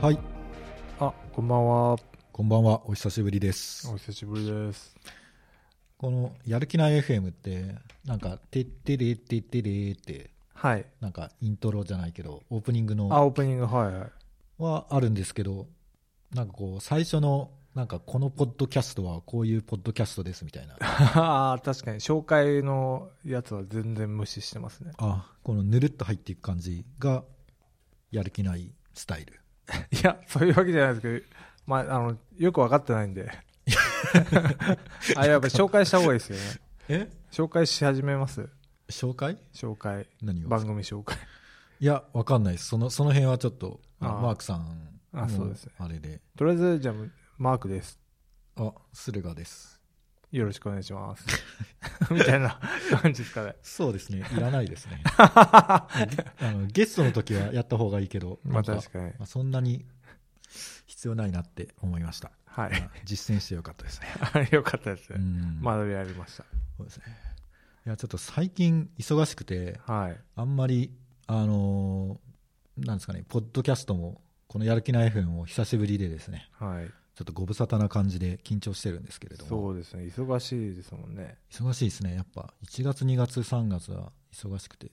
はい、あ、こんばんは。こんばんは、お久しぶりですお。久しぶりです。このやる気ない FM って、なんか、てってれってってれって、はい。なんかイントロじゃないけど、オープニングあ、のオープニング、はい はい。はあるんですけど、なんかこう、最初の、なんかこのポッドキャストはこういうポッドキャストですみたい な、あー確かに、紹介のやつは全然無視してますね。あこのぬるっと入っていく感じが、やる気ないスタイル。いや、そういうわけじゃないですけど、まあ、あの、よく分かってないん で。あ、やっぱ紹介した方がいいですよね。え紹介し始めます。紹介紹介。何を番組紹介。いや、わかんないです。その、その辺はちょっと、ああーマークさんあそうですねあれで。とりあえず、じゃあ、マークです。あ、駿河です。よろしくお願いし ます。みたいな感じですかね。そうです ね、いらないですね。あのゲストの時はやった方がいいけど、まあ、なん確かに。まあそんなに必要ないなって思いました。 まはいあ。実践してよかった ですね。よかったですうね。ん学びありましそうですね。いや、ちょっと最近忙しくて、た。はい。あんまり、あのーなんですかね、ポッドキャストも、このやる気ない FM も久しぶりでですね、はい。ちょっとご無沙汰な感じで緊張してるんですけれども、そうですね。忙しいですもんね。忙しいですね、やっぱ、1月、2月、3月は忙しくて、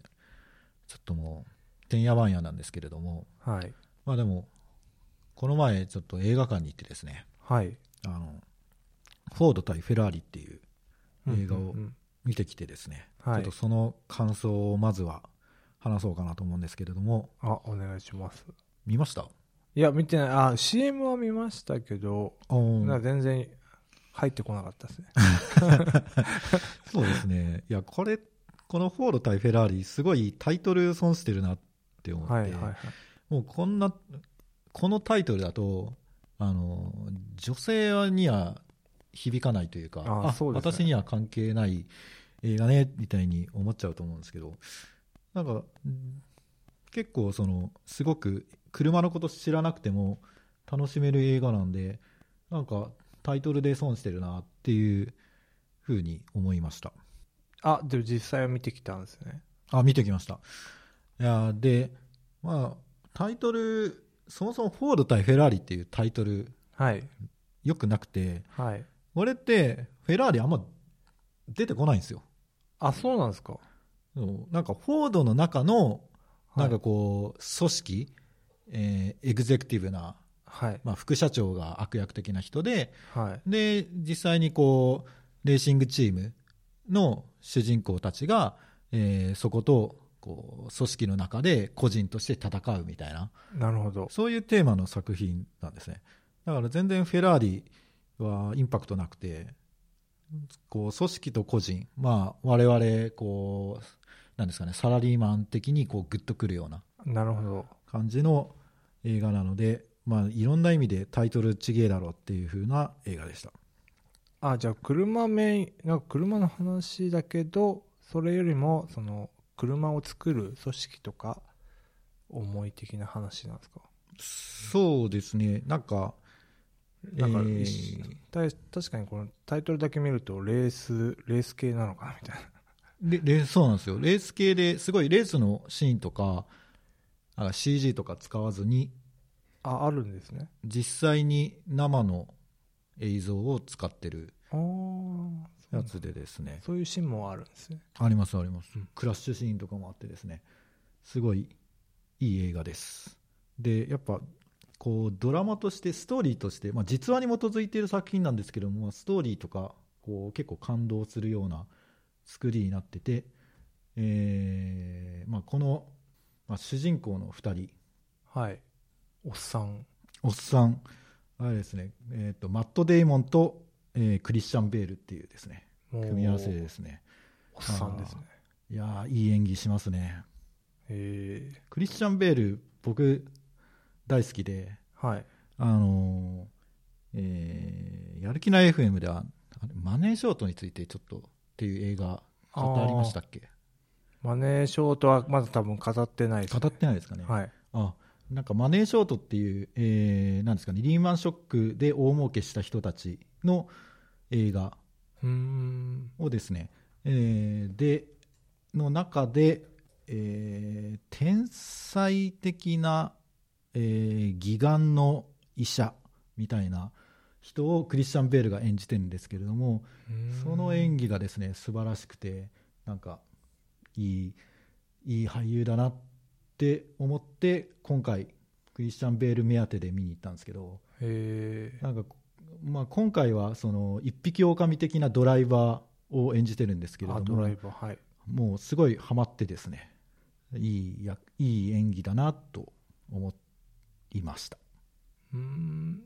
ちょっともう、てんやわんやなんですけれども、はい。まあでも、この前、ちょっと映画館に行ってですね、はい。あのフォード対フェラーリっていう映画をうんうん見てきてですね、はいちょっとその感想をまずは話そうかなと思うんですけれども、うんあ、お願いします。見ましたいや、見てない。あ、CM は見ましたけど、なんか全然入ってこなかったですね。そうですね、いや、これ、このフォード対フェラーリ、すごいタイトル損してるなって思って、はいはいはい。もうこんな、このタイトルだと、あの女性には響かないというか、あーそうですね私には関係ない映画ねみたいに思っちゃうと思うんですけど、なんか、ん結構その、すごく車のこと知らなくても楽しめる映画なんで、なんかタイトルで損してるなっていうふうに思いました。あ、でも実際は見てきたんですね。あ、見てきました。いやーで、まあ、タイトル、そもそもフォード対フェラーリっていうタイトル、はい。よくなくて、はい。俺って、フェラーリあんま出てこないんですよ。あ、そうなんですか。そうなんか、フォードの中の、なんかこう、組織、えーエグゼクティブな、はい。まあ、副社長が悪役的な人で、はい。で、実際にこう、レーシングチームの主人公たちが、えーそこと、こう、組織の中で個人として戦うみたいな、なるほど。そういうテーマの作品なんですね。だから全然フェラーリはインパクトなくて、こう、組織と個人、まあ、我々、こう、なんですかね、サラリーマン的にこう、グッとくるようななるほど。感じの映画なので、まあ、いろんな意味でタイトルちげえだろっていう風な映画でした。あ、じゃあ車メイン、なんか車の話だけど、それよりも、その、車を作る組織とか、思い的な話なんですかそうですね、なんか、なんか、えー一た確かにこのタイトルだけ見るとレースレース系なのかなみたいなレレそうなんですよ、レース系ですごいレースのシーンとか、あ CG とか使わずに、ああるんですね実際に生の映像を使ってるああそうなやんだつでですね、そういうシーンもあるんですねあります、あります、うんクラッシュシーンとかもあってですね、すごいいい映画です。で、やっぱこうドラマとして、ストーリーとして、まあ、実話に基づいている作品なんですけども、まあストーリーとかこう結構感動するような作りになってて、えーまあ、この、まあ、主人公の2人、はいおっさんおっさん、あれですね、えーとマット・デイモンと、えークリスチャン・ベールっていうですね、もう組み合わせですね。おっさんですねいやーいい演技しますね。ええクリスチャン・ベール、僕、大好きで、はいあのーえーやる気ない FM では、あれマネーショートについてちょっとっていう映画、語りましたっけマネーショートはまだ多分飾ってないですね語ってないですかね。はいあなんかマネーショートっていう、えーなんですかね、リーマンショックで大儲けした人たちの映画うーんをですね、えーで、の中で、えー天才的な、ええー義眼の医者みたいな人をクリスチャン・ベールが演じてるんですけれども、その演技がですね素晴らしくてなんかいいいい俳優だなって思って今回クリスチャン・ベール目当てで見に行ったんですけどへえなんか、まあ、今回はその一匹狼的なドライバーを演じてるんですけれあどドライもバーはいもうすごいハマってですねいいやいい演技だなと思いましたうーん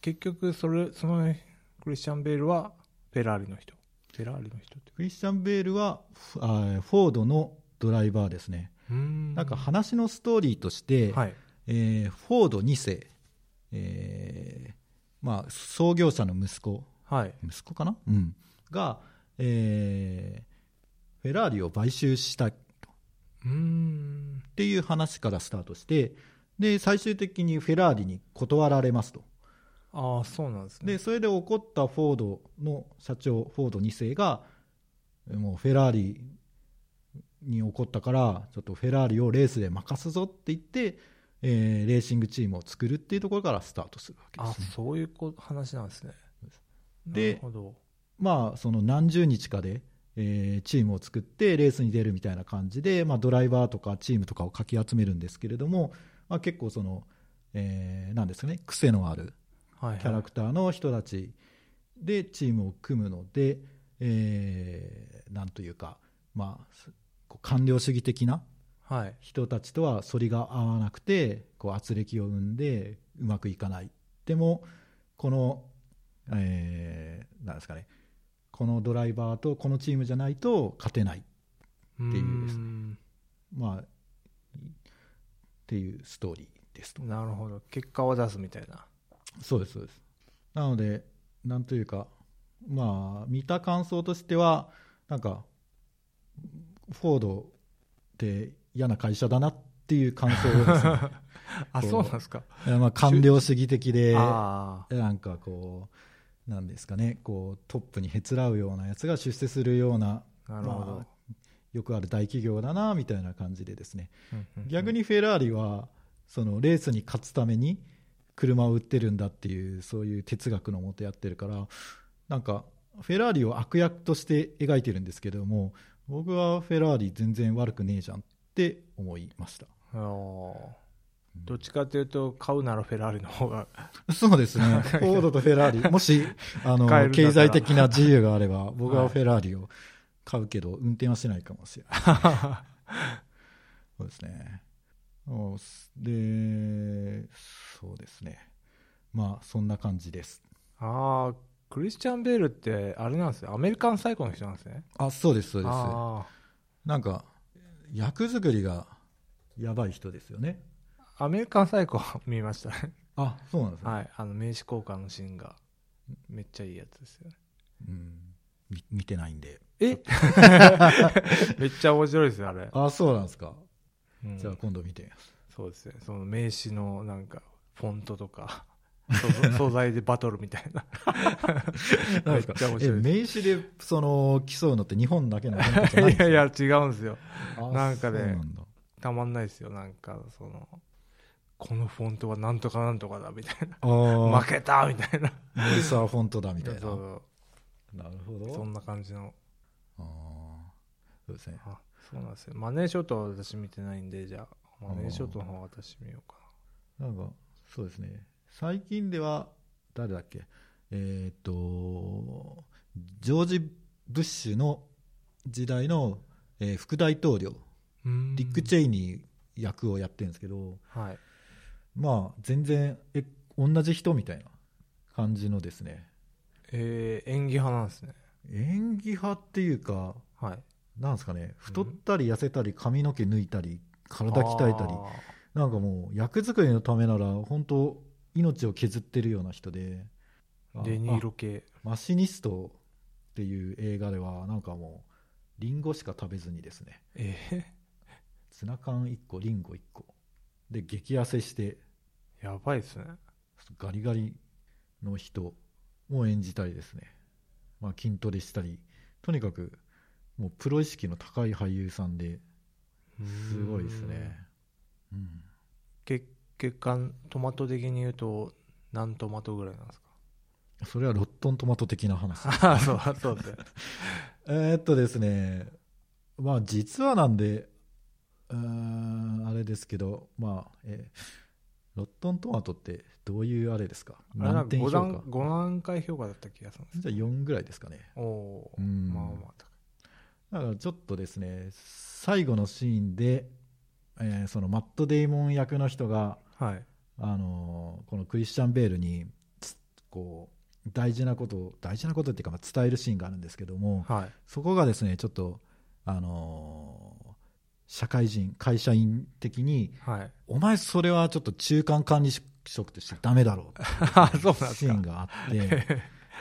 結局それそのクリスチャン・ベールはフェラーリの人フェラーリの人ってクリスチャン・ベールはフあーフォードのドライバーですねななんか話のストーリーとして、はいえーフォード2世、えーまあ、創業者の息子はい息子かな、うん、が、えーフェラーリを買収したっうーんていう話からスタートしてで最終的にフェラーリに断られますとああそうなんですねでそれで怒ったフォードの社長フォード2世がもうフェラーリに怒ったからちょっとフェラーリをレースで任すぞって言って、えーレーシングチームを作るっていうところからスタートするわけであすね、そういうこ話なんですねでなるほどまあその何十日かで、えーチームを作ってレースに出るみたいな感じで、まあ、ドライバーとかチームとかをかき集めるんですけれども、まあ、結構その、えーなんですかね癖のあるはいはいキャラクターの人たちでチームを組むので、えーなんというか、まあ、すこう官僚主義的なはい人たちとは反りが合わなくてこう圧力を生んでうまくいかないでもこの、えーなんですかねこのドライバーとこのチームじゃないと勝てない、っていうですまあ、っていうストーリーですと。なるほど結果を出すみたい なそうですそうですなのでなんというかまあ見た感想としてはなんかフォードって嫌な会社だなっていう感想をです ねあそうそうなんですかいやまあ官僚主義的であなんかこうなんですかねこうトップにへつらうようなやつが出世するようなあなるほど、まあよくある大企業だなみたいな感じでですねうんうんうん逆にフェラーリはそのレースに勝つために車を売ってるんだっていうそういう哲学のもとやってるからなんかフェラーリを悪役として描いてるんですけれども僕はフェラーリ全然悪くねえじゃんって思いましたあーどっちかというと買うならフェラーリの方がそう ですね、フォードとフェラーリ、も しあの買えるんだ経ったら済的な自由があれば、僕ははいフェラーリを買うけ ど、運転はしないかもしれない。 そうですね。おすで、そうですね。まあ、そんな感じです。ああクリスチャン・ベールってあれなんですねアメリカン最高の人なんですねあ、そうです、そうです。あなんか、役作りがやばい人ですよね。ーアメリカン最高見ましたねあ、そうなんですね。はいあの名刺交換のシーンがめっちゃいいやつですよねうんみ見てないんで。え めっちゃ面白いですよあれ、あ、そうなんですか。うんじゃあ、今度見てみます。そうですねその名刺のなんかフォントとか 素素材でバトルみたいなめっちゃ面え白いで名刺でその競うのって日本だけの文化すじゃないんいやいや違うんですよなんかねそうなんだたまんないですよなんかそのこのフォントはなんとかなんとかだみたいあなー負けたみたいなモリサーフォントだみたいなそうなるほそうそどんな感じのあーそうですねあそうなんですよマネーショットは私見てないんでじゃあマネーショットの方は私見ようかなんかそうですね最近では誰だっけえーっとジョージ・ブッシュの時代の、えー副大統領なうんリック・チェイニー役をやってるんですけど、はいまあ全然え同じ人みたいな感じのですねえー、演技派なんですね演技派っていうかはいなんですかね太ったり痩せたり髪の毛抜いたり体鍛えたりあなんかもう役作りのためなら本当命を削ってるような人でーデニーロ系あマシニストっていう映画ではなんかもうリンゴしか食べずにですねえツナ缶1個リンゴ1個で激痩せしてー、 やばいですねガリガリの人も演じたりですね、まあ、筋トレしたりとにかくもうプロ意識の高い俳優さんでうーんすごいですね。うん結月間トマト的に言うと何トマトぐらいなんですかそれはロットントマト的な話ああ そうそうだよえーっとですね、まあ実はなんで、うーん、あれですけど、まあ、えーロットントマトってどういうあれですかあれなん何か点評5価段五段階評価だった気がするんですじゃあ4ぐらいですかね。おおうー、ん。まあまあ高いだからちょっとですね、最後のシーンで、えーそのマット・デイモン役の人が、はい。あのーこのクリスチャン・ベールにつこう大事なことを大事なことっていうか、まあ、伝えるシーンがあるんですけども、はい。そこがですねちょっと、あのー社会人会社員的に はい。お前それはちょっと中間管理職としてダメだろうあ、そうってないんうシーンでがあって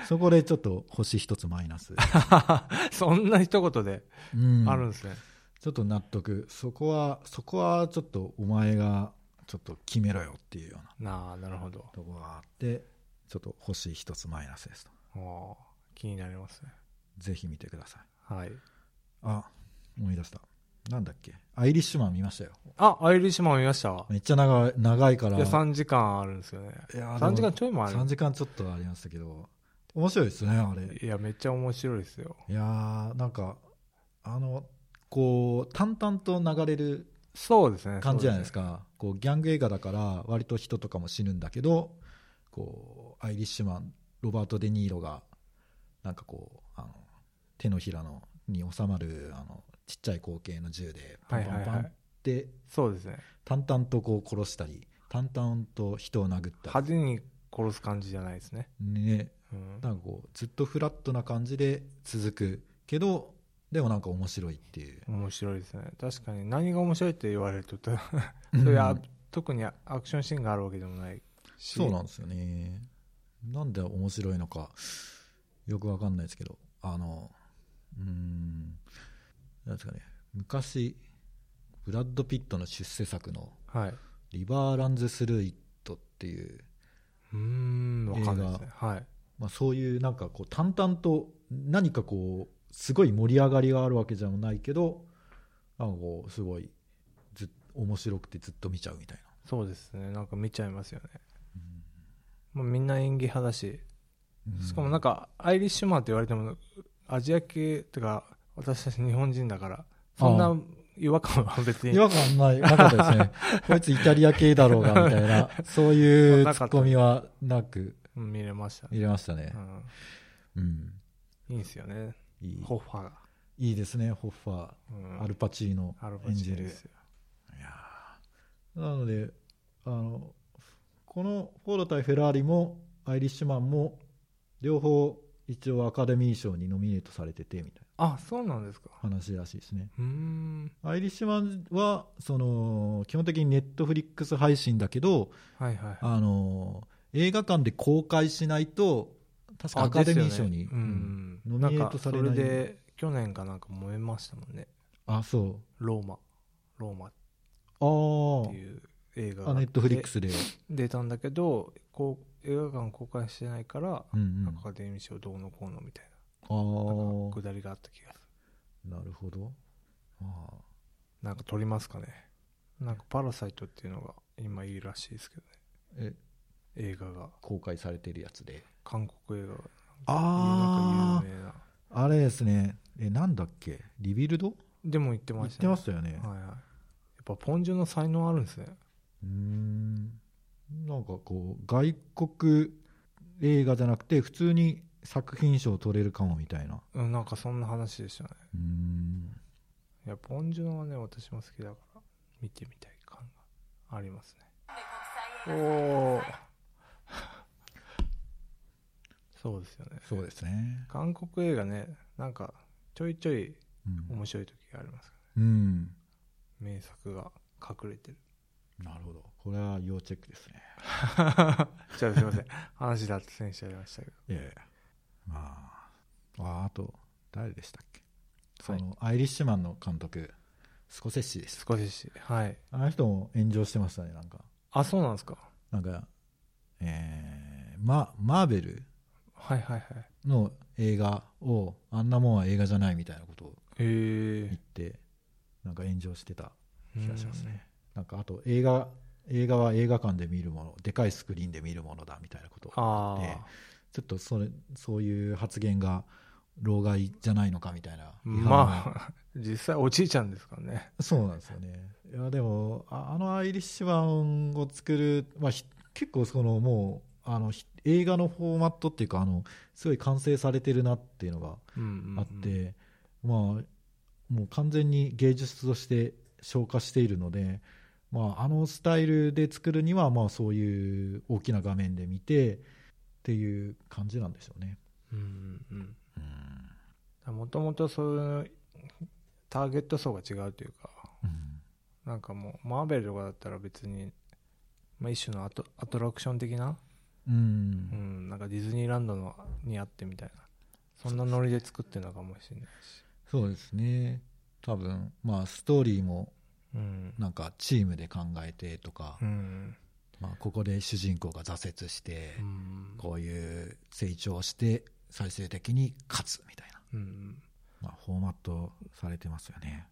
そこでちょっと星一つマイナ ス、すか。 そんな一言でうんあるんですね。ちょっと納得そこはそこはちょっとお前がちょっと決めろよっていうようななあ、なるほど。とこがあってちょっと星一つマイナスですとおー気になりますね。ぜひ見てくださいはい。あ思い出したなんだっけアイリッシュマン見ましたよあ、アイリッシュマン見ました。めっちゃ長い長いからいや、3時間あるんですよね。いやでも3時間ちょいもあ3時間ちょっとありましたけど面白いですねあれる。いや、めっちゃ面白いですよ。いやーなんかあのこう淡々と流れるそうですね。感じじゃないですか。かこうギャング映画だから割と人とかも死ぬんだけどこうアイリッシュマンロバート・デ・ニーロがなんかこうあの手のひらのに収まるあのちっちゃい光景の銃でパンパンパンって、そうですね。淡々とこう殺したり淡々と人を殴った派り、手に殺す感じじゃないですね。ね、うん。なんかこうずっとフラットな感じで続くけどでもなんか面白いっていう、面白いですね。確かに何が面白いって言われると、 うんそれは特にアクションシーンがあるわけでもないし。そうなんですよねなんで面白いのかよくわかんないですけどあのうーんなんですかね昔ブラッド・ピットの出世作のはい。う「リバー・ランズ・スルー・イット」っていう、ーん、わかんないですね。はい。まあ、そういうなんかこう淡々と何かこうすごい盛り上がりがあるわけじゃないけどなんかこうすごいずっ面白くてずっと見ちゃうみたいな、そうですね。なんか見ちゃいますよね。まあ、みんな演技派だし、しかもなんかか、アイリッシュマンって言われても、アジア系ってか、私たち日本人だから、そんな違和感は別違に。和感ないなかったですね こいつイタリア系だろうがみたいなそういうツッコミはなくうん見れましたね。入れましたねう、んうん、いいんすよね。いいホッファーが。いいですねホッファうんーアルパチーノアルパ演チじーノるですよ。いやーなのであのこのフォード対フェラーリもアイリッシュマンも両方一応アカデミー賞にノミネートされててみたいあ、そうなんですか。な話らしいですねうーん。アイリッシュマンはその基本的にネットフリックス配信だけどはいはいはい。あの映画館で公開しないと確かアカデミー賞に、ですよねうん。うんノミネートされないんかそれで、去年かなんか燃えましたもんね。あそローマ。ローマっうあていう映画ああネットフリックスで、出たんだけどこう映画館公開してないから、うんうん、アカデミー賞どうのこうのみたいあなーなんかくだりがあった気がするなるほどあーなんか撮りますかねなんか「パラサイト」っていうのが今いいらしいですけどねえ映画が公開されてるやつで韓国映画がなあんか有名なああれですねえなんだっけリビルドでも言って言まっしてたまねしたよね、はいはいやっぱポンジュの才能あるんですねうーんなんかこう外国映画じゃなくて普通に作品賞取れるかもみたいなうんなんかそんな話でしたねうーんいやポンジュのはね私も好きだから見てみたい感がありますねおお そうですよねそうですね、韓国映画ねなんかちょいちょいうん面白い時がありますかうん、ら名作が隠れてるなるほど。これは要チェックですね。じゃあす いません話だって選手やりましたけどいやいや。まあ、ああと、誰でしたっけ、はいその、アイリッシュマンの監督、スコセッシです。少ししはいあの人も炎上してましたね、なんか。あそうなんですかなんか、えー、ま、マーベルはいはいはいの映画を、あんなもんは映画じゃないみたいなことをへ言っえて、なんか炎上してたー、気がしますね。なんか、あと映画、映画は映画館で見るものでかいスクリーンで見るものだみたいなことをああ、でちょっとそれそういう発言が老害じゃないのかみたいなあまあ 実際おじいちゃんですからねそうなんですよねいやでもああのアイリッシュ版を作る、まあ、ひ結構そのもうあのひ映画のフォーマットっていうかあのすごい完成されてるなっていうのがうんうんうんあって、まあもう完全に芸術として昇華しているので、まあ、あのスタイルで作るにはまあそういう大きな画面で見てっていう感じなんでしょうね。うんうんうんうんもともとそういうターゲット層が違うというかなんかもうマーベルとかだったら別に、まあ、一種のアトアトラクション的な、うんう、ん、なんかディズニーランドのにあってみたいなそんなノリで作ってるのかもしれないし、そうですね多分まあストーリーもうんなんかチームで考えてとか、うんまあ、ここで主人公が挫折して、うんこういう成長して最終的に勝つみたいな、うん、まあ、フォーマットされてますよね。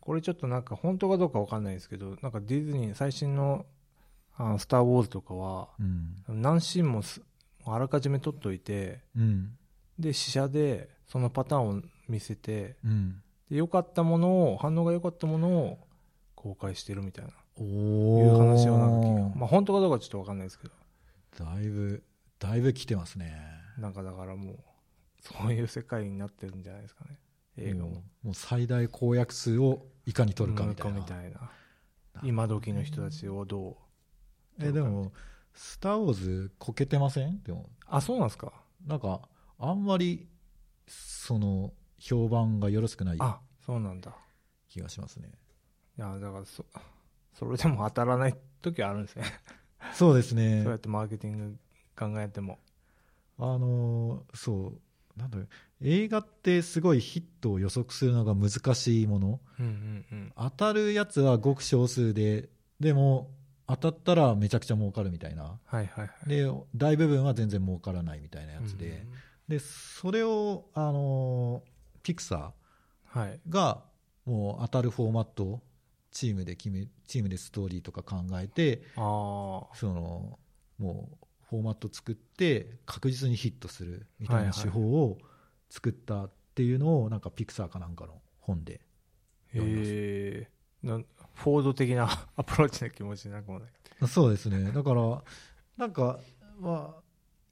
これちょっとなんか本当かどうかわかんないですけどなんかディズニー最新の「あのスター・ウォーズ」とかはうん何シーンもすあらかじめ撮っといてうんで試写でそのパターンを見せてうん、で良かったものを反応が良かったものを公開してるみたいなおいう話をなんか聞いたまあ本当かどうかちょっと分かんないですけどだいぶだいぶ来てますねなんかだからもうそういう世界になってるんじゃないですかね映画もうももう最大公約数をいかに取るかみたいな撮るかみたいな今時の人たちをどうえでも「スター・ウォーズ」こけてませんでもあそうなんですかなんかあんまりその評判がよろしくないあそうなんだ気がしますねいやだからそそれでも当たらない時はあるんですねそうですねそうやってマーケティング考えてもあのーそうなんだろう映画ってすごいヒットを予測するのが難しいものうんうんうん当たるやつはごく少数ででも当たったらめちゃくちゃ儲かるみたいなはいはいはいで大部分は全然儲からないみたいなやつで,、でそれを、あのーピクサうんはいーがもう当たるフォーマットをチームで決めチームでストーリーとか考えてあそのもうフォーマット作って確実にヒットするみたいな手法を作ったっていうのをなんかピクサーかなんかの本であ読みますへえなフォード的な アプローチの気持ちになくもないそうですね、だから、なんか、まあ、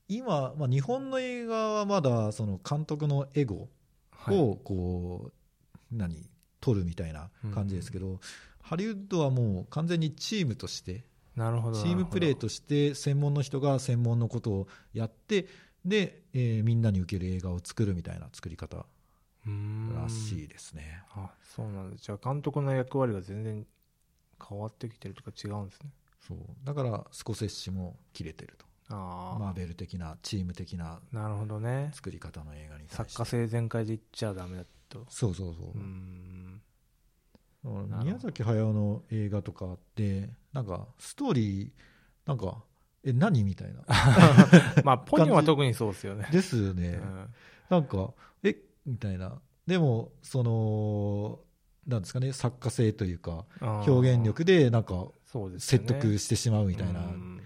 今、まあ、日本の映画はまだその監督のエゴはいをこう、何、取るみたいな感じですけど、ハリウッドはもう完全にチームとして、なるほどチームプレーとして、専門の人が専門のことをやって、で、えーみんなに受ける映画を作るみたいな作り方ららしいですね。あそうなんだじゃあ監督の役割が全然変わってきてるとか違うんですねそうだから、スコセッシも切れてると、ああ、マーベル的な、チーム的ななるほどね作り方の映画に対作して家。性全開で言っちゃダメだとそうそうそううーん だからなるほど宮崎駿の映画とかってなんかストーリーなんかえ何みた いなまあポニョは特にそうです よね、ですようね、ん、なんかえみたいなでもそのなんですかね作家性というか表現力でなんかそうですよ説ね得してしまうみたいな、うん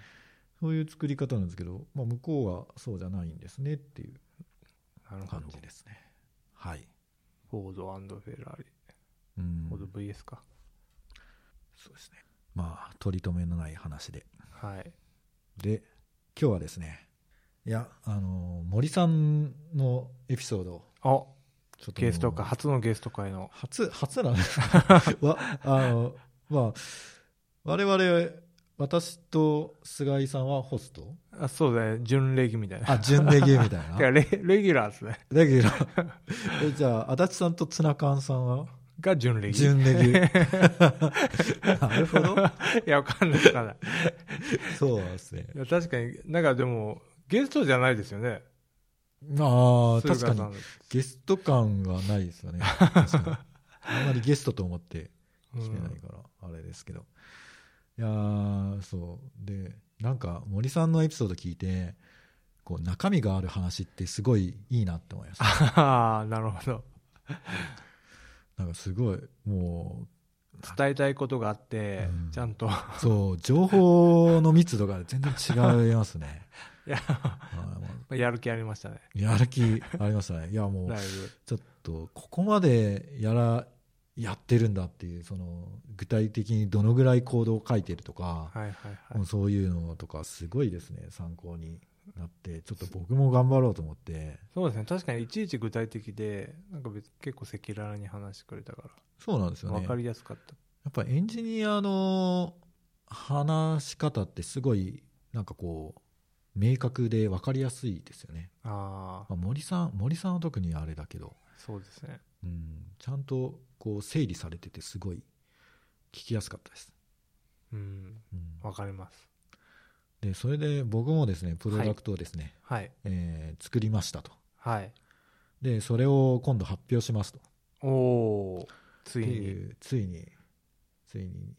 そういう作り方なんですけど、まあ、向こうはそうじゃないんですねっていうなるほ感どじですねはいフォードフェラーリうんフォード VS か、そうですねまあ取り留めのない話ではいで今日はですねいやあの森さんのエピソードをあちょっともうゲストか初のゲスト会の初初なんです わあのまあ我々私と菅井さんはホストあそうだね準レギみたいなあ準レギュみたい てかなレレギュラーですねレギュラー えじゃあ足立さんとツナ缶さんはが準レギ準レギュ なるほど いやわかんないわかんないそうなんですねいや確かになんかでもゲストじゃないですよねああ駿確河かさにんゲスト感がないですよね確かにあんまりゲストと思って決めない から、あれですけどいやーそうでなんか森さんのエピソード聞いてこう中身がある話ってすごいいいなって思いましたああなるほどなんかすごいもう伝えたいことがあって、うんちゃんと そう、情報の密度が全然違いますね。いやあもやる気ありましたねうやる気ありましたね。いや、もうだい、ぶちょっと、ここまでやら、やってるんだっていう、その、具体的にどのぐらい行動を書いてるとか、はいはいもはうそういうのとか、すごいですね、参考になって、ちょっと僕も頑張ろうと思って、いそうですね確かにいちいち具体的でなんか別結構赤裸々に話してくれたかそうなんですらよね。分かりやすかった、やっぱエンジニアの話し方ってすごいなんかこう明確で分かりやすいですよね、あまああ、森さん森さんは特にあれだけど、そうですねうん、ちゃんとこう整理されててすごい聞きやすかったです、うんうん分かりますでそれで僕もですねプロダクトをですね、はいえー作りましたとはいでそれを今度発表しますとおおついってにいうついについに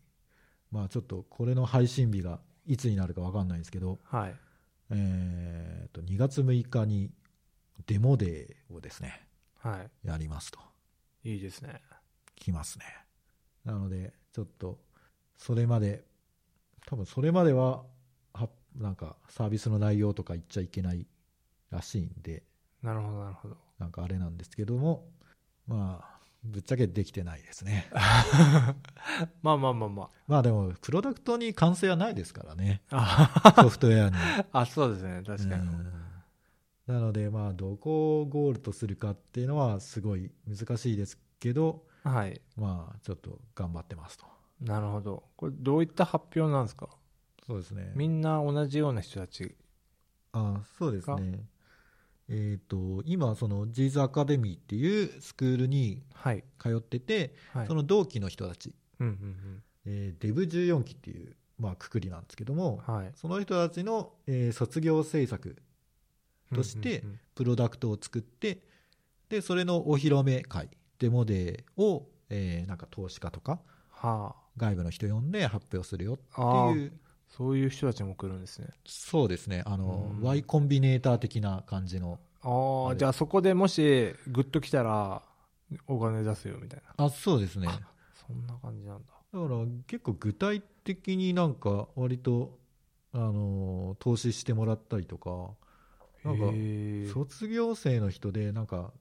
まあちょっとこれの配信日がいつになるか分かんないですけどはいえーと2月6日にデモデーをですねはやりますといいいですね来ますねなのでちょっとそれまで多分それまでははなんかサービスの内容とか言っちゃいけないらしいんでなるほどなる ほどなんかあれなんですけどもまあぶっちゃけできてないですね まあまあまあままあでもプロダクトに完成はないですから ねああ ソフトウェアにあそうですね確かに、うんなのでまあどこをゴールとするかっていうのはすごい難しいですけどはいまあちょっと頑張ってますとなるほどこれどういった発表なんですかそうですねみんな同じような人たちあそうですねえっ、と今その g ー s アカデミーっていうスクールにはい通ってて、はいその同期の人たち、うんうんえー、DEV14 期っていうまあくくりなんですけども、うんはいその人たちの、えー卒業制作としてうんうんうんプロダクトを作ってでそれのお披露目会デモデーを、えーなんか投資家とかはあ外部の人呼んで発表するよってあいーうそういう人たちも来るんですねそうですねあの、うん Y コンビネーター的な感じのあああれじゃあそこでもしグッと来たらお金出すよみたいなあそうですねだかそんな感じなんだら結構具体的になんか割とあの投資してもらったりとかなんかへー卒業生の人でなんか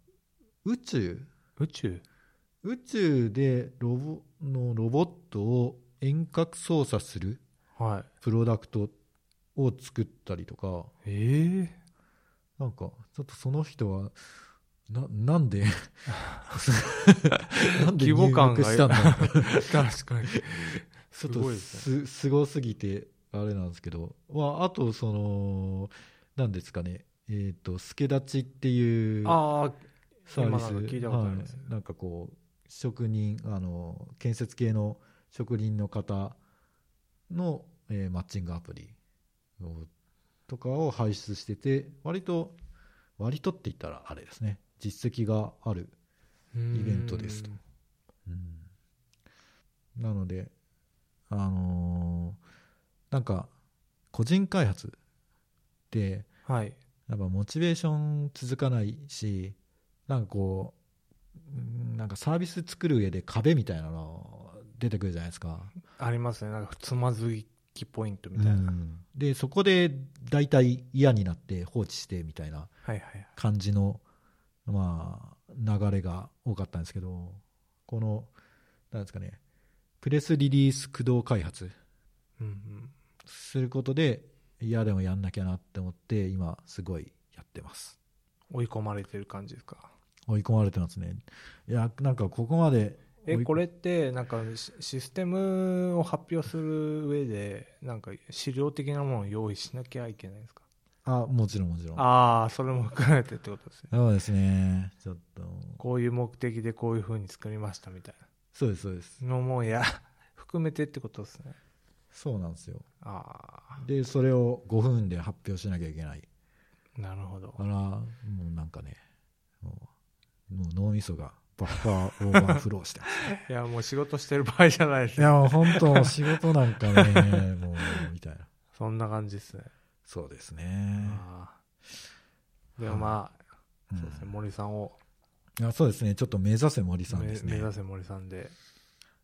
宇宙宇宙宇宙でロボのロボットを遠隔操作するはいプロダクトを作ったりとかええなんかちょっとその人はななん でなんで規模入感学がしたんだ 確か にちすょっとごいですすねすごすぎてあれなんですけど、まあ、あとそのなんですかねえっ、と助立ちっていうあサービス今なんか聞いたことありますはいなんかこう職人あの建設系の職人の方の、えーマッチングアプリをとかを輩出してて割と割とって言ったらあれですね実績がある、あイイベントですとなのであのーなんか個人開発ってはいやっぱモチベーション続かないしなんかこううんなんかサービス作る上で壁みたいなの出てくるじゃないですかありますねなんかつまずきポイントみたいな、うんでそこで大体嫌になって放置してみたいなはいはい感じのまあ流れが多かったんですけどこのなんですかねプレスリリース駆動開発うんうんすることで嫌でもやんなきゃなって思って今すごいやってます追い込まれてる感じですか追い込まれてますね。いや、なんかここまで。え追いこれってなんかシシステムを発表する上でなんか資料的なものを用意しなきゃいけないんですかあ、もちろんもちろん。ああそれも含めてってことですねそうですね。ちょっと。こういう目的でこういうふうに作りましたみたいそうです、そうです。なのもや 含めてってことですねそうなんですよ。あで、それを5分で発表しなきゃいけない。あなるほどあら、もうなんかね、もうもう脳みそがバッファーオーバーフローしてます。いやもう仕事してる場合じゃないですいねや、もう本当、仕事なんかね、 もう、みたいな。そんな感じですねそうですね。ああでもまあ、うんそうですね森さんをあそうですね。ちょっと目指せ森さんめです目ね。指せ森さんで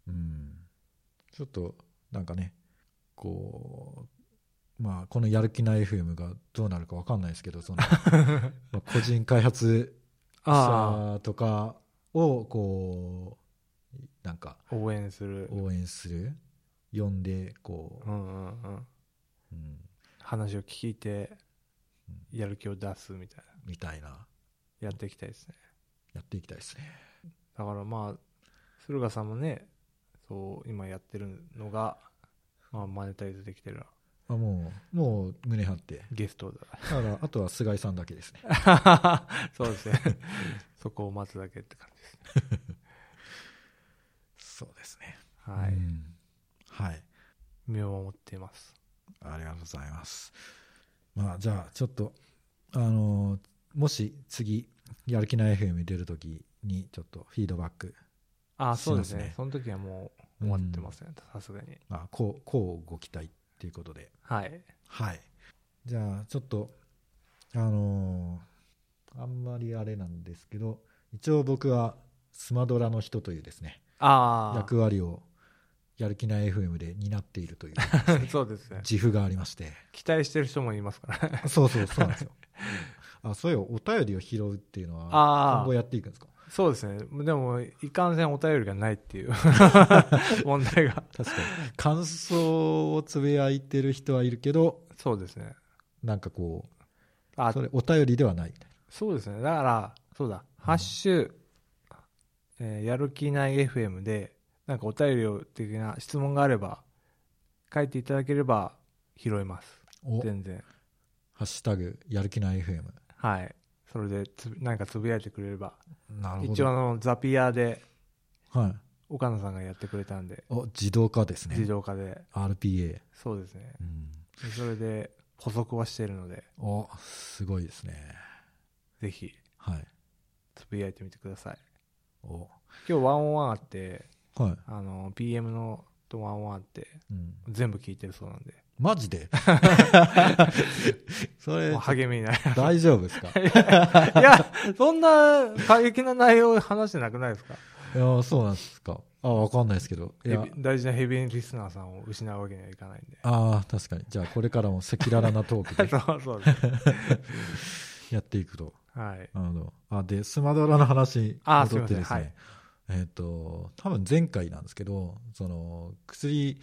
うん。ちょっとなんかねこうまあこのやる気ない FM がどうなるかわかんないですけど そのまあ個人開発あ者とかをこうなんかあ応援する応援する呼んでこうんうんうんう、うん、話を聞いてやる気を出すみたいなみたいなやっていきたいですねやっていきたいですねだからまあ駿河さんもねそう今やってるのが、まあ、マネタイズできてるあもうもう胸張ってゲス トだからあとは菅井さんだけですねだそうです ねそこを待つだけって感じですね そうですねはい、うんはい身を守っていますありがとうございます。まあ、じゃあ、ちょっと、あのーもし次、やる気ない FM 出るときに、ちょっとフィードバック、ああそうですしねますねその時はもう終わってますねさすがにまあ、こう、こうご期待っていうことで、はいはい。じゃあ、ちょっと、あのーあんまりあれなんですけど、一応僕は、スマドラの人というですね、あ 役割を、やる気ない FM で担っている というあそうですね自負がありまして。期待してる人もいますからね そうそうそうなんですよ。 あそういうお便りを拾うっていうのあはー今後やっていくんですかそうですねでもいかんせんお便りがないっていう 問題確がかに感想をつぶやいてる人はいるけどそうですねなんかこうあそれお便りではないみたいそうですね。だから、そうだ、ハッシュ、えーやる気ない FM で、なんかお便りを的な質問があれば、書いていただければ拾います。なお全然。ハッシュタグやる気ない FM はい。それでつぶ、なんかつぶやいてくれれば。な一応、あの、ザピアで、はい、岡野さんがやってくれたんで、お自動化です自ね動化で。 RPA、そうですね。うん、でそれで、補足はしてるので、おすごいですねぜひ、はいつぶやいてみてください。お今日、ワンオンワンあって、はい、あの、PM のとワンオンワンあって、うん、全部聞いてるそうなんで、マジで それもう励みになり大丈夫ですかい いや、そんな過激な内容話してなくないですかやそうなんですかあわかんないですけどいやヘビ大事なヘビーリスナーさんを失うわけにはいかないんで。ああ、確かに。じゃあ、これからも赤裸々なトークで そうそうです。やっていくと。はい。なるほど。あ、で、スマドラの話にあーす戻いっまてせんですね。えっ、と、多分前回なんですけど、その、薬、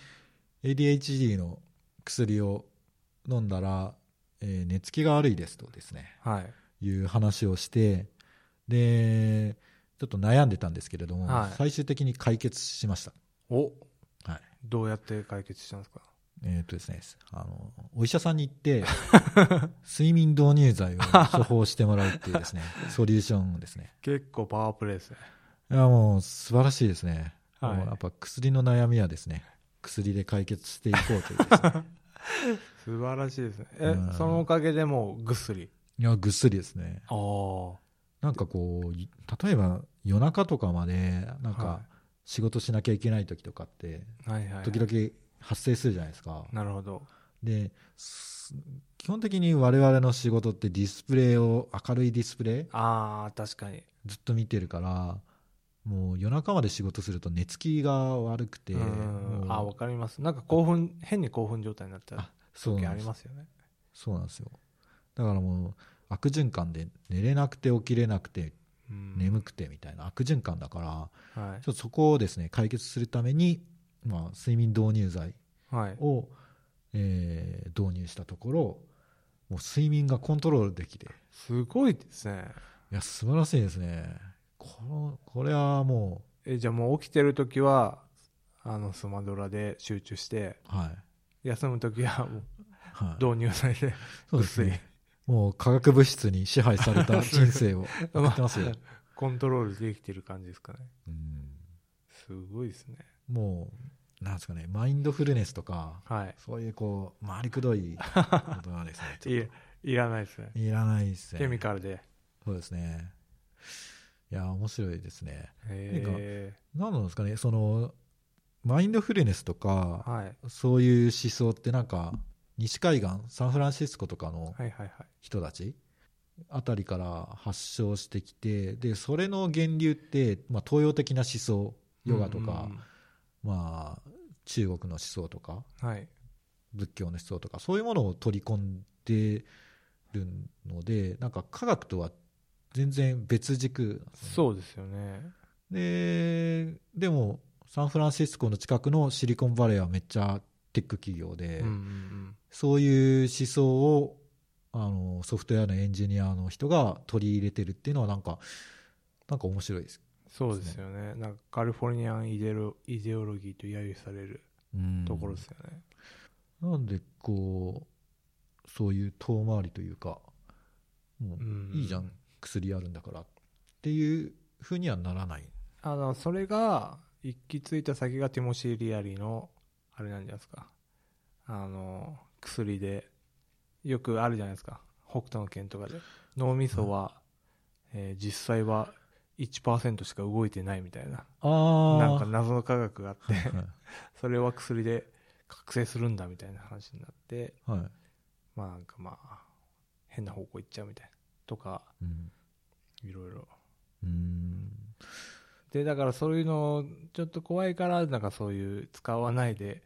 ADHD の薬を飲んだら、えー寝つきが悪いですとですね、はい。いう話をして、で、ちょっと悩んでたんですけれども、はい最終的に解決しました。おはい。どうやって解決したんですかえっ、とですね、あの、お医者さんに行って、 睡眠導入剤を処方してもらうっていう ですね、ソリューションですね。結構パワープレイですね。いや、もう素晴らしいですね。はいもうやっぱ薬の悩みはですね、薬で解決していこうというです ね。素晴らしいですね。えうん、そのおかげでもうぐっすり。いや、ぐっすりですね。ああ。なんかこう、い例えば夜中とかまで、なんはか仕事しなきゃいけない時とかって、はいはいはい。時々発生するじゃないですか。なるほど。です基本的に我々の仕事ってディスプレイを、明るいディスプレイああ、確かに。ずっと見てるからもう夜中まで仕事すると寝つきが悪くてうんも。うあーわかります。なんか興奮、変に興奮状態になっちゃうあそう時なあんでりすますよね。そうなんですよだからもう悪循環で寝れなくて起きれなくてうん眠くてみたいな悪循環だからはちょっとそこをですね解決するために、まあ、睡眠導入剤い。はい。を、えー導入したところもう睡眠がコントロールできてすごいですね。いや素晴らしいですねこのこれはもえじゃあもう起きてる時はあのスマドラで集中してうはい、休む時はもうはい、導入剤でそうです薬ねもう化学物質に支配された人生を送って ますよ。コントロールできてる感じですかねうんすごいですねもう、なんですかね、マインドフルネスとか、はいそういうこう、回りくどいことはですね、ちょっ いいらないですねといらないですね。ケミカルでそうですね。いや、面白いですね。えなんなんですかね、その、マインドフルネスとか、はい、そういう思想ってなんか、西海岸、サンフランシスコとかのはいはいはい人たちあたりから発症してきてでそれの源流って、まあ、東洋的な思想ヨガとか、うんうんうんまあ、中国の思想とかはい。仏教の思想とかそういうものを取り込んでるのでなんか科学とは全然別軸なんですねそうですよね。ででもサンフランシスコの近くのシリコンバレーはめっちゃテック企業で、うんうんうん。そういう思想をあのソフトウェアのエンジニアの人が取り入れてるっていうのはなんかなんか面白いです。そうですよね。なんかカリフォルニアンイデロイデオロギーと揶揄されるうんところですよね。なんでこうそういう遠回りというかもうう。んいいじゃん薬あるんだからっていうふうにはならない。あの、それが、行き着いた先がティモシー・リアリーの、あれなんじゃないですか。あの、薬で、よくあるじゃないですか。北斗の拳とかで。脳みそは、えー実際は1%しか動いてないみたいな。あなんか謎の科学があって、はいそれは薬で覚醒するんだみたいな話になって、はいまあなんかまあ、変な方向行っちゃうみたいな。とか、うんいろいろ。うんでだからそういうのちょっと怖いからなんかそういう使わないで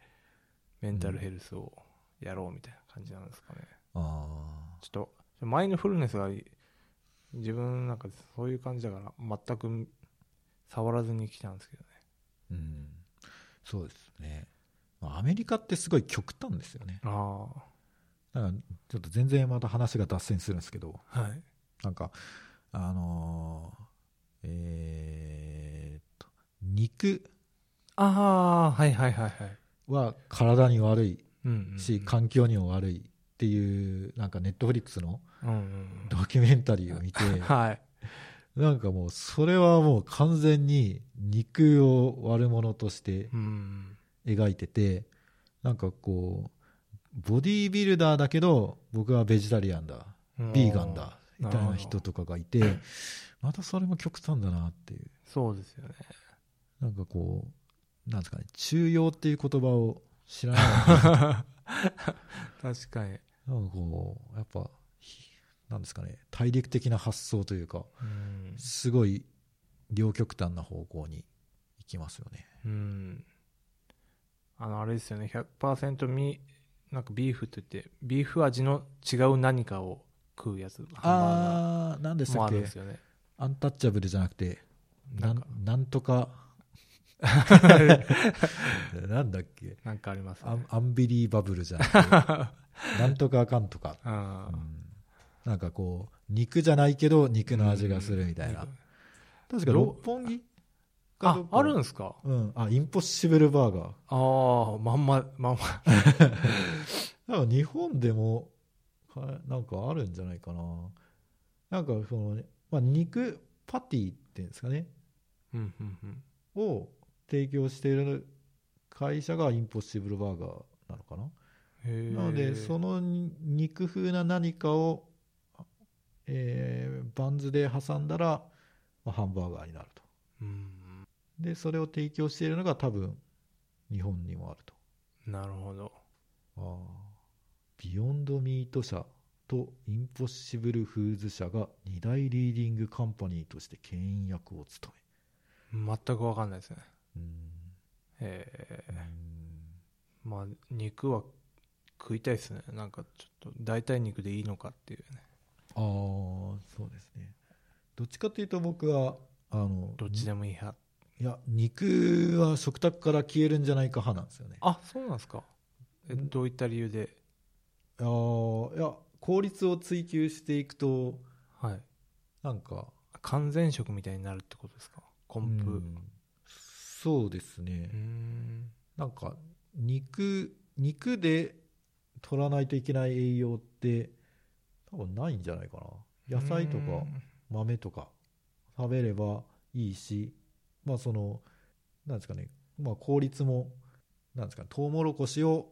メンタルヘルスをやろうみたいな感じなんですかね、あちょっとマインドフルネスが自分なんかそういう感じだから全く触らずに来たんですけどねーうんそうですねまあアメリカってすごい極端ですよねあだからちょっと全然また話が脱線するんですけどあはいなんかあのーえーっと肉ああはいはいはいはいは体に悪いうんうんし環境にも悪いっていうなんかネットフリックスのうんうんドキュメンタリーを見 てうん はいなんかもうそれはもう完全に肉を悪者としてうん描いててなんかこうボディービルダーだけど僕はベジタリアンだうんビーガンだみたいなるほなど人とかがいてまたそれも極端だなっていうそうですよねなんかこうなんですかね中庸っていう言葉を知らない のか確かになんかこうやっぱひなんですかね大陸的な発想というかうんすごい両極端な方向に行きますよねうん。あの、あれですよね、100%み、なんかビーフといって、ビーフ味の違う何かを食うやつ、ハああ何でンバーガーしたもっあるんでけすよね。アンタッチャブルじゃなくてななんんか、なんとか なんだっけなんかありますアンね。アンビリーバブルじゃな くてなんとかあかんとか、ううんんなんかこう肉じゃないけど肉の味がするみたいな、うん確かろ六本木かどあっ、かあるんですかうんあインポッシブルバーガーああ、まんま、まんま。なんか日本でもはなんかあるんじゃないかななんかその、まあ、肉パティっていうんですかねうん、うん、うん。を提供している会社がインポッシブルバーガーなのかなへえなのでそのに肉風な何かを、えーバンズで挟んだら、まあハンバーガーになるとうん、でそれを提供しているのが多分日本にもあるとなるほど。あービヨンドミート社とインポッシブルフーズ社が2大リーディングカンパニーとして牽引役を務全くわかんないですね。めうえーんえまあ、肉は食いたいですね。なんかちょっと、代替肉でいいのかっていうね。あーそうですねどっちかというと僕はあのどっちでもいい派。いや肉は食卓から消えるんじゃないか派なんですよねああそうなんですかえうんどういった理由であーいや効率を追求していくとはいなんか完全食みたいになるってことですかコンプうんそうですね、うーんなんか肉肉で取らないといけない栄養って多分ないんじゃないかな野菜とうーかん豆とか食べればいいしまあそのなんですかね、まあ、効率もなんですかねトウモロコシを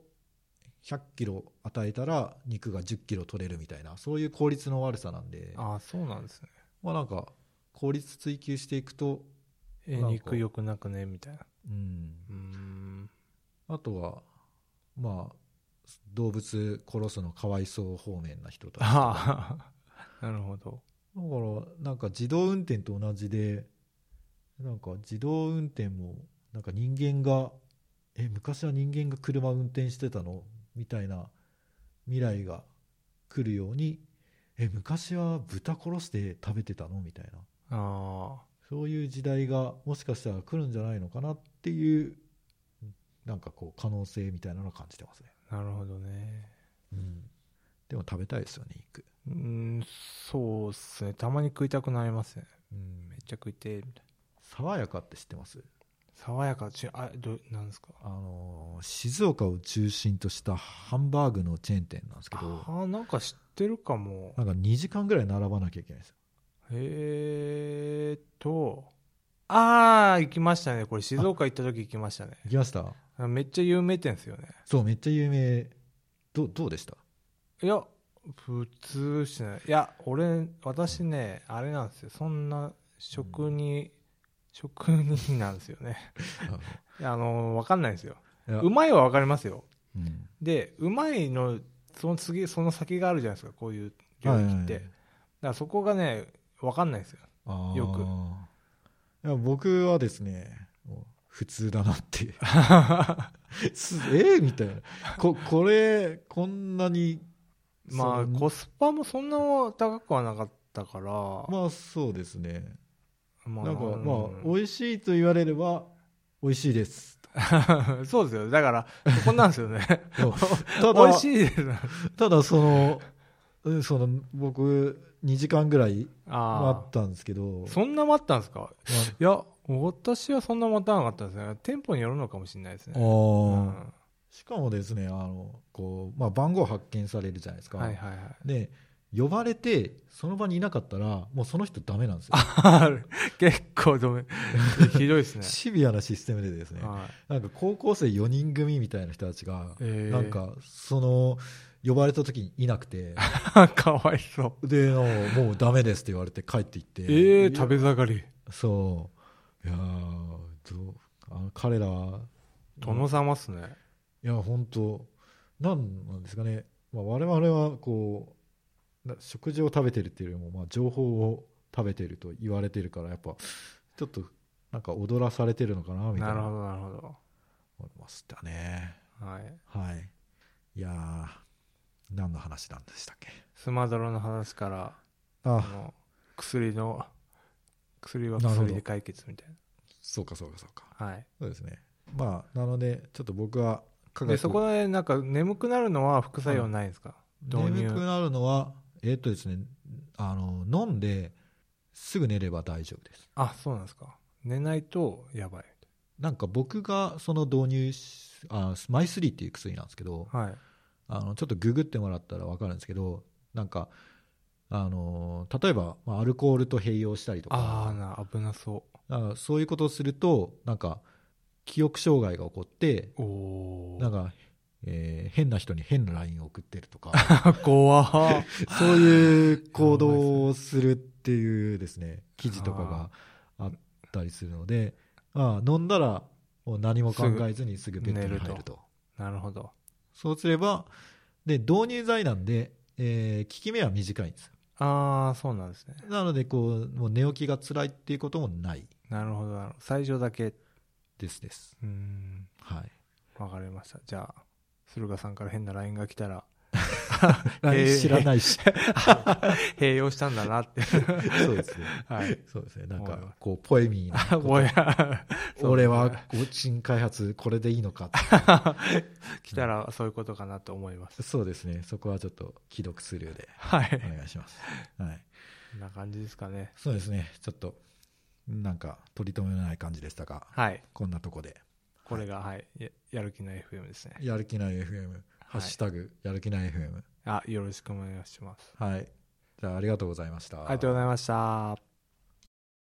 100キロ与えたら肉が10キロ取れるみたいなそういう効率の悪さなんであそうなんですねまあなんか効率追求していくとえなんか肉良くなくねみたいなうんうーんあとは、まあ、動物殺すのかわいそう方面な人たちとか。だかああ なるほどら、なんか自動運転と同じで、なんか自動運転も、なんか人間がえ昔は人間が車運転してたのみたいな未来が来るようにえ昔は豚殺して食べてたのみたいなあそういう時代がもしかしたら来るんじゃないのかなっていうなんかこう可能性みたいなのを感じてますね、あなるほどねうん、でも食べたいですよね肉、うーんそうっすねたまに食いたくなりますねうんめっ、ちゃ食いてえみたいな爽やかって知ってます爽やかちあどなんですかあのー静岡を中心としたハンバーグのチェーン店なんですけどああなんか知ってるかもなんか2時間ぐらい並ばなきゃいけないですよえーっとああ行きましたねこれ静岡行った時行きましたね行きましたあめっちゃ有名店ですよねそうめっちゃ有名どうどうでしたいや普通っすねいや俺私ねあれなんですよそんな食に、職人なんですよねいやあの分かんないんですよいや うまいは分かりますようんでうまいのその次その先があるじゃないですかこういうはいは領域って、いはいだからそこがね分かんないんですよあーよくいや僕はですねもう普通だなっていう すえみたいなここれこんなにまあそのコスパもそんな高くはなかったからままあそうですねまなんかう まあ美味しいと言われれば美味しいですそうですよだからそこなんですよねそう た 美だ味しいですただそのうんその僕2時間ぐらい待あったんですけどあそんな待ったんですかまあいや私はそんな待たなかったですね店舗によるのかもしれないですあねうーんはしかもですねあのこう、まあ、番号発見されるじゃないですいか、はいはいで呼ばれてその場にいなかったらもうその人ダメなんですよ ある 結構どめひどいですね シビアなシステムでですねはいなんか高校生4人組みたいな人たちが、えーなんかその呼ばれた時にいなく てかわいそうでもうもうダメですって言われて帰っていってええ食べ盛りべそういやーどうあの彼らは殿様っすねいや本当なんなんですかね、まあ、我々はこうな食事を食べてるっていうよりも、まあ、情報を食べてると言われてるからやっぱちょっとなんか踊らされてるのかなみたいなるなほ思どなるほどいましたねはいはいいやー何の話なんでしたっけスマドラの話からああの薬の薬はなるほ薬どで解決みたいそうかそうかそうかなはいそうですねまあなのでちょっと僕は科でそこでなんか眠くなるのは副作用ないんですか導入眠くなるのはえーっとですねあの飲んですぐ寝れば大丈夫ですあそうなんですか寝ないとやばいなんか僕がその導入しあマイスリーっていう薬なんですけどはいあのちょっとググってもらったら分かるんですけどなんかあの例えば、まあ、アルコールと併用したりとああかな危なそなんかそういうことをするとなんか記憶障害が起こってうおなんかか、えー変な人に変な LINE を送ってるとか 怖っそういう行動をするっていうですね記事とかがあったりするのでああ飲んだらもう何も考えずにすぐベッドに入すぐ寝るると。なるほどそうすれば、で、導入剤なんで、えー効き目は短いんですよ。ああそうなんですねなので、こう、もう寝起きが辛いっていうこともないなるほどなるほど最初だけうですです。ーんはい。わかりましたじゃあ駿河さんから変な LINE が来た ら LINE 知らないし。併用したんだな ってそうですね。はいそうですね。なんおいおいか、こう、ポエミーなあことお や俺は、個人開発、これでいいのか。来たらそういうことかなと思いま す。そうですね。そこはちょっと、既読スルーではおい。願いします。はい。こんな感じですかね。そうですね。ちょっと、なんか、取り留めのない感じでしたが、はい。こんなとこで。これが、はい。ややる気ない FM ですね。やる気ない FM、ハッシュタグ、やる気ない FM。あ、よろしくお願いします。はい。じゃあ、ありがとうございました。ありがとうございました。